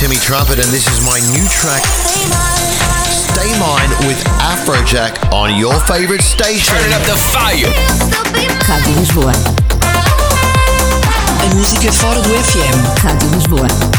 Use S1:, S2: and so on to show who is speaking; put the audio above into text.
S1: Timmy Trumpet, and this is my new track, Stay Mine with Afrojack on your favorite station.
S2: Turning up the volume.
S3: Rádio Lisboa.
S4: A música fora do FM.
S3: Rádio Lisboa.